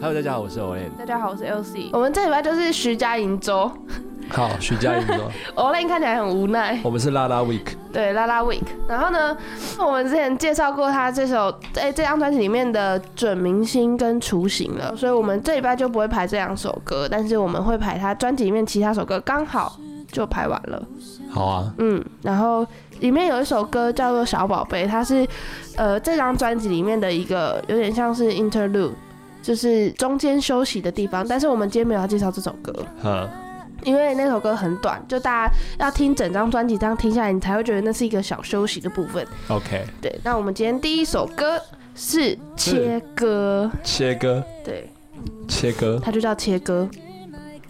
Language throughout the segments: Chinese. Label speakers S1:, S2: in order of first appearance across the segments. S1: Hello，大家好，我是 Olen。
S2: 大家好，我是 LC。
S3: 我们这礼拜就是徐佳莹周
S4: 好，徐佳莹哦，
S3: ，Olin 看起来很无奈，
S4: 我们是拉拉 week，
S3: 对，拉拉 Week。然后呢，我们之前介绍过他这首哎、这张专辑里面的准明星跟雏形了，所以我们这礼拜就不会排这两首歌，但是我们会排他专辑里面其他首歌，刚好就排完了。
S4: 好啊，
S3: 嗯，然后里面有一首歌叫做《小宝贝》，它是呃这张专辑里面的一个有点像是 interlude，就是中间休息的地方。但是我们今天没有要介绍这首歌，
S4: 嗯，
S3: 因为那首歌很短，就大家要听整张专辑这样听下来，你才会觉得那是一个小休息的部分。
S4: OK，
S3: 对，那我们今天第一首歌是切歌，
S4: 切歌，
S3: 对，
S4: 切歌，
S3: 它就叫切歌，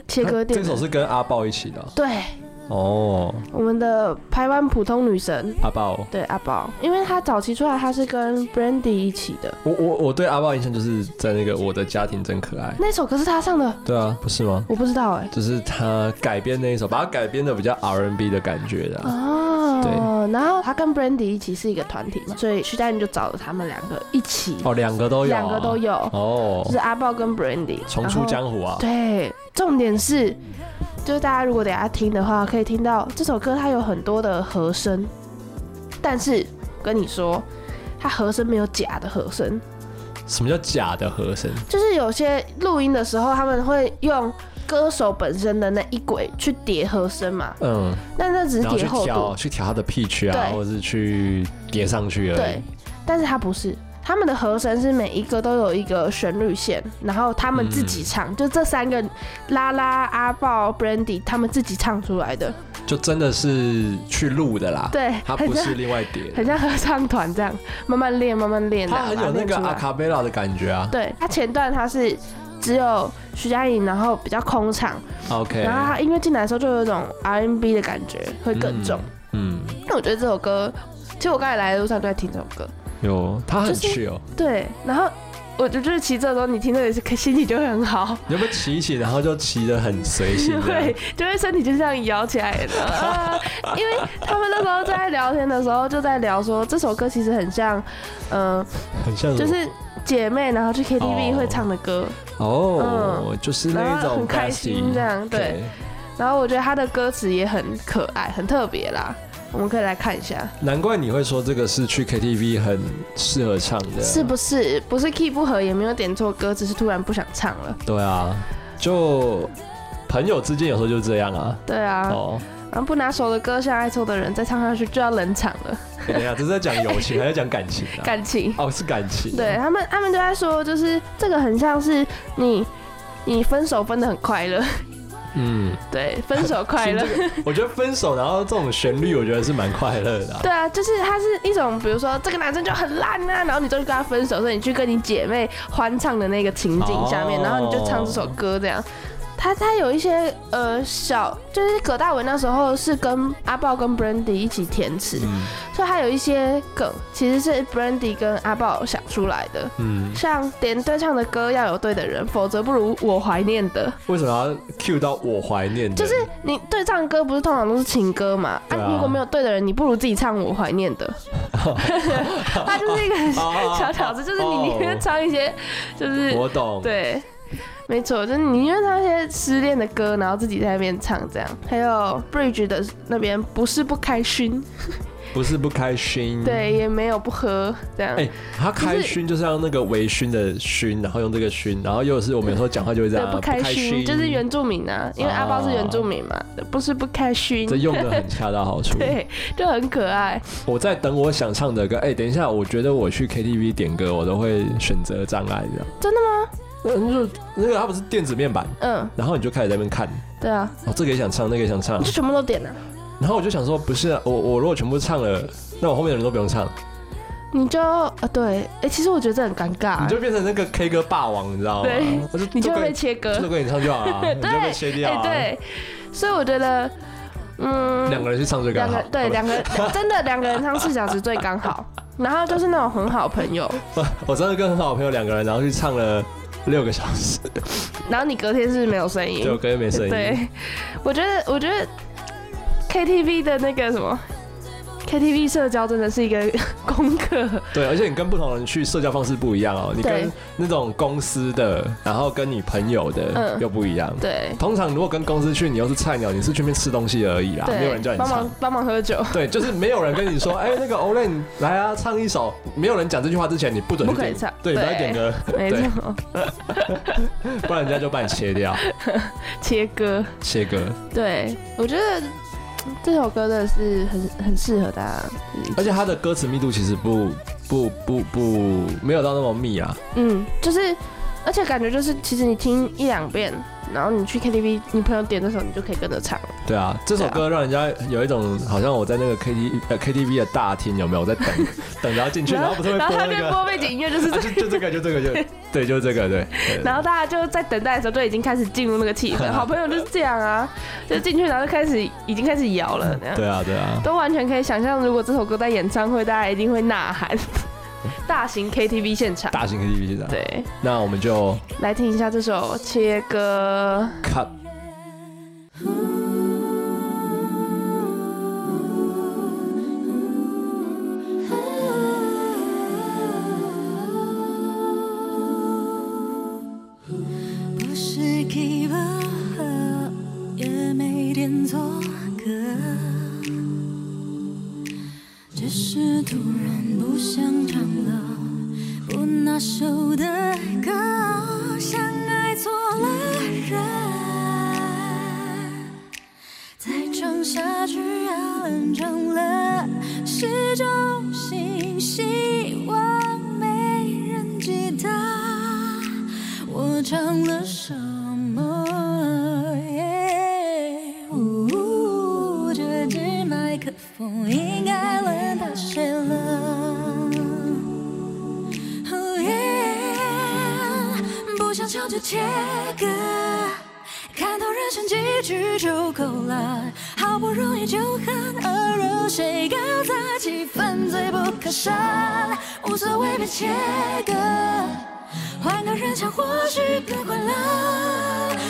S3: 切歌店
S4: 这。首是跟阿豹一起的哦
S3: 对，
S4: 哦，
S3: 我们的台湾普通女神，
S4: 阿豹，
S3: 对阿宝，因为她早期出来，她是跟 Brandy 一起的。
S4: 我我我对阿豹印象就是在那个我的家庭真可爱，
S3: 那首歌是他唱的，
S4: 对啊，不是吗？
S3: 我不知道哎、
S4: 就是他改编那一首，把它改编的比较 R&B 的感觉的
S3: 嗯
S4: 啊、
S3: 哦，然后他跟 Brandy 一起是一个团体嘛，所以徐佳莹就找了他们两个一起，
S4: 哦，两个都有、
S3: 两、个都
S4: 有，
S3: 有，就是
S4: 哦，
S3: 阿豹跟 Brandy
S4: 重出。江湖啊
S3: 然后，对，重点是，就是大家如果等一下听的话，可以听到这首歌它有很多的和声，但是跟你说，它和声没有假的和声，
S4: 什么叫假的和声？
S3: 就是有些录音的时候他们会用歌手本身的那一轨去叠和声嘛，
S4: 嗯，
S3: 但那只是
S4: 然后
S3: 叠
S4: 去
S3: 厚度
S4: 调。去调他的 pitch 啊，
S3: 对
S4: 或者是去叠上去而已。
S3: 对，但是它不是，他们的和声是每一个都有一个旋律线，然后他们自己
S4: 嗯
S3: 唱，就这三个拉拉、阿豹、Brandy 他们自己唱出来的，
S4: 就真的是去录的啦，
S3: 对
S4: 它
S3: 很
S4: 不
S3: 像
S4: 是另外叠的，
S3: 很像合唱团这样，慢慢练，慢慢练的，
S4: 它很有那个
S3: 把它
S4: 阿
S3: 练出来
S4: 卡贝拉的感觉啊。
S3: 对，它前段它是只有徐佳莹，然后比较空唱，
S4: OK，
S3: 然后它音乐进来的时候就有一种 R&B 的感觉，会更重。
S4: 嗯，嗯，
S3: 那我觉得这首歌，其实我刚才来的路上就在听这首歌，
S4: 有，它很
S3: 就是
S4: chill。
S3: 对，然后我就就是骑车的时候你听这个是心情就会很好。
S4: 你有没有骑一骑，然后就骑得很随性
S3: 就
S4: 这 样？
S3: 会就会身体就这样摇起 来的、啊，因为他们那时候在聊天的时候就在聊说这首歌其实很像，嗯、
S4: 很像什
S3: 就
S4: 么
S3: 是姐妹然后去 KTV
S4: 哦
S3: 会唱的歌，
S4: 哦，就是那
S3: 嗯然后
S4: 种
S3: 很开心
S4: classy
S3: 这样对
S4: OK，
S3: 然后我觉得他的歌词也很可爱，很特别啦，我们可以来看一下，
S4: 难怪你会说这个是去 KTV 很适合唱的，
S3: 是不是不是 key 不合也没有点错歌，只是突然不想唱了，
S4: 对啊，就朋友之间有时候就这样啊。
S3: 对啊，
S4: 哦，
S3: 然后不拿手的歌像爱抽的人再唱下去就要冷场了，
S4: 欸等一下，这是在讲友情还是讲感情啊？
S3: 感情。
S4: 哦，是感情。
S3: 对，他们，他们就在说，就是这个很像是你，你分手分的很快乐，
S4: 嗯，
S3: 对，分手快乐，
S4: 我觉得分手，然后这种旋律，我觉得是蛮快乐的啊、
S3: 对啊，就是它是一种，比如说这个男生就很烂啊，然后你终于跟他分手，所以你去跟你姐妹欢唱的那个情景下面，
S4: 哦
S3: 然后你就唱这首歌这样。他他有一些呃小，就是葛大为那时候是跟阿豹跟 Brandy 一起填词，
S4: 嗯
S3: 所以他有一些梗其实是 Brandy 跟阿豹想出来的，
S4: 嗯，
S3: 像点对唱的歌要有对的人，否则不如我怀念的。
S4: 为什么要 cue 到我怀念的？
S3: 就是你对唱歌不是通常都是情歌嘛？啊，
S4: 对啊
S3: 如果没有对的人，你不如自己唱《我怀念的》。他就是一个
S4: 哦
S3: 小挑子，就是你宁愿唱一些，就是
S4: 我懂，
S3: 对，没错，就是你宁愿唱一些失恋的歌，然后自己在那边唱这样。还有 Bridge 的那边不是不开心，
S4: 不是不开心。，
S3: 对，也没有不喝这样
S4: 嗯哎、。他开熏就是要那个微醺的熏，然后用这个熏，然后又是我啊们有时候讲话就会这
S3: 对
S4: 样，，
S3: 不开心就是原住民啊，因为阿豹是原住民嘛，对不是不开心
S4: 这，用哦的很恰到好处。
S3: 对，就很可爱。
S4: 我在等我想唱的歌。哎、等一下，我觉得我去 KTV 点歌，我都会选择障碍的。
S3: 真的
S4: 吗？嗯，就那个它不是电子面板，
S3: 嗯，
S4: 然后你就开始在那边看，
S3: 对啊，
S4: 哦，这个也想唱，那个也想唱
S3: 你就，全部都点了。啊
S4: 然后我就想说，不是、啊、我我如果全部唱了，那我后面的人都不用唱，
S3: 你就呃对，哎、其实我觉得这很尴尬，
S4: 你就变成那个 K 歌霸王，你知道吗
S3: 啊对？
S4: 我就
S3: 你就
S4: 都
S3: 会
S4: 跟
S3: 被切割，哎
S4: 就跟你唱就好 了，你就被切掉啊。
S3: 对，所以我觉得，嗯，
S4: 两个人去唱最刚
S3: 两
S4: 好
S3: 个。对两个 真的两个人唱四小时最刚好，然后就是那种很好朋友，
S4: 我真的跟很好的朋友两个人，然后去唱了六个小 时，
S3: 然后你隔天是没有声音
S4: 就，歌没声音。
S3: 对，我觉得我觉得 KTV 的那个什么。 KTV 社交真的是一个功课，
S4: 对，而且你跟不同人去社交方式不一样哦，你
S3: 对
S4: 跟那种公司的，然后跟你朋友的
S3: 嗯
S4: 又不一样。
S3: 对
S4: 通常如果跟公司去，你又是菜鸟，你是去那边吃东西而已啦，没有人叫
S3: 对，
S4: 你
S3: 帮
S4: 唱
S3: 忙。帮忙喝酒，
S4: 对，就是没有人跟你说，哎、那个 Olen 来啊，唱一首。没有人讲这句话之前，你不准
S3: 不
S4: 去
S3: 可以
S4: 点，
S3: 唱
S4: 对，不要
S3: 对
S4: 点 歌，
S3: 没
S4: 对
S3: 错，
S4: 不然人家就把你切掉，
S3: 切歌。
S4: 切歌。
S3: 对，我觉得嗯这首歌真的是很很适合大家，
S4: 而且它的歌词密度其实不不不不没有到那么密啊。
S3: 嗯，就是而且感觉就是，其实你听一两遍，然后你去 KTV，你朋友点的时候，你就可以跟着唱。
S4: 对啊，这首歌让人家有一种好像我在那个 K T 呃 K T V 的大厅有没有？我在 等等着要进去，然后不是会
S3: 然
S4: 播
S3: 后他
S4: 那
S3: 就
S4: 个，
S3: 播背景音乐，就是
S4: 啊
S3: 这。
S4: 就就这个就这个 就对就这个对。对
S3: 然后大家就在等待的时候就已经开始进入那个气 氛，好朋友就是这样啊，就进去然后就开始已经开始摇了那样，
S4: 对啊对啊，
S3: 都完全可以想象，如果这首歌在演唱会，大家一定会呐喊， 大型 KTV 现场。
S4: 大型 K T V 现场。
S3: 对，
S4: 那我们就
S3: 来听一下这首《切歌》。
S4: cut。
S1: 不是 keep up，也没点错歌，只是突然不想唱了不那首的歌，像爱错了人。再唱下去要冷场了，是种新希望，没人记得我唱了什么。耶呜这支麦克风应该轮到谁了？哦耶！不想唱就切歌，看透人生几句就够了。好不容易就很耳濡，谁告他几分罪不可赦？无所谓别切歌，换个人唱或许更快乐。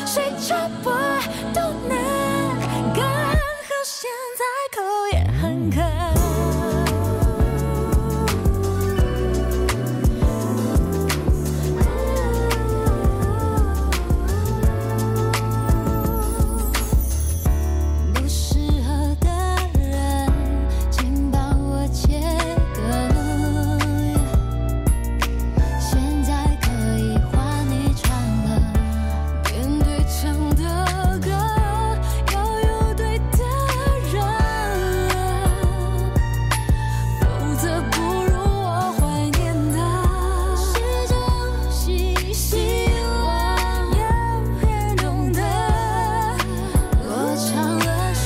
S1: 谁叫我都能干，好像在口也很渴。不适合的人，请帮我切割。现在可以换你唱了，面对唱的歌，要有对的人。否则不如我怀念的是种新希望，有人懂得我唱了什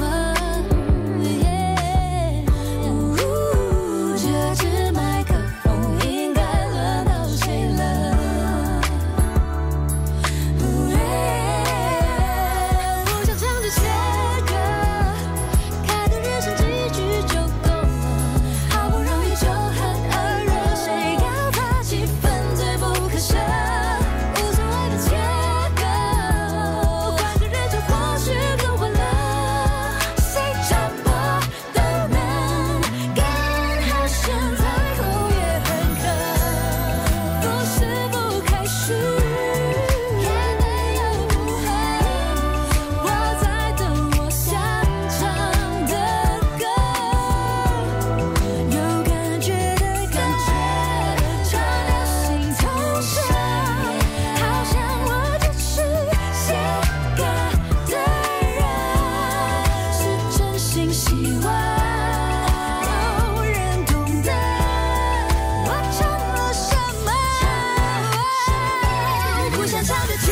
S1: 么。这支麦克风应该轮到谁了？不想唱就切歌，看透人生几句就够了。好不容易就很耳热，谁要他几分罪不可赦？无所谓的切歌，换个人就或许更快乐。谁唱我都能干，好像在后也很渴。若是不开始，也没有不恨。我在等我想唱的歌，有感觉的感觉，唱到心痛上。好像我就是写歌的人，是真心希望有人懂得我唱了什么。不想唱就切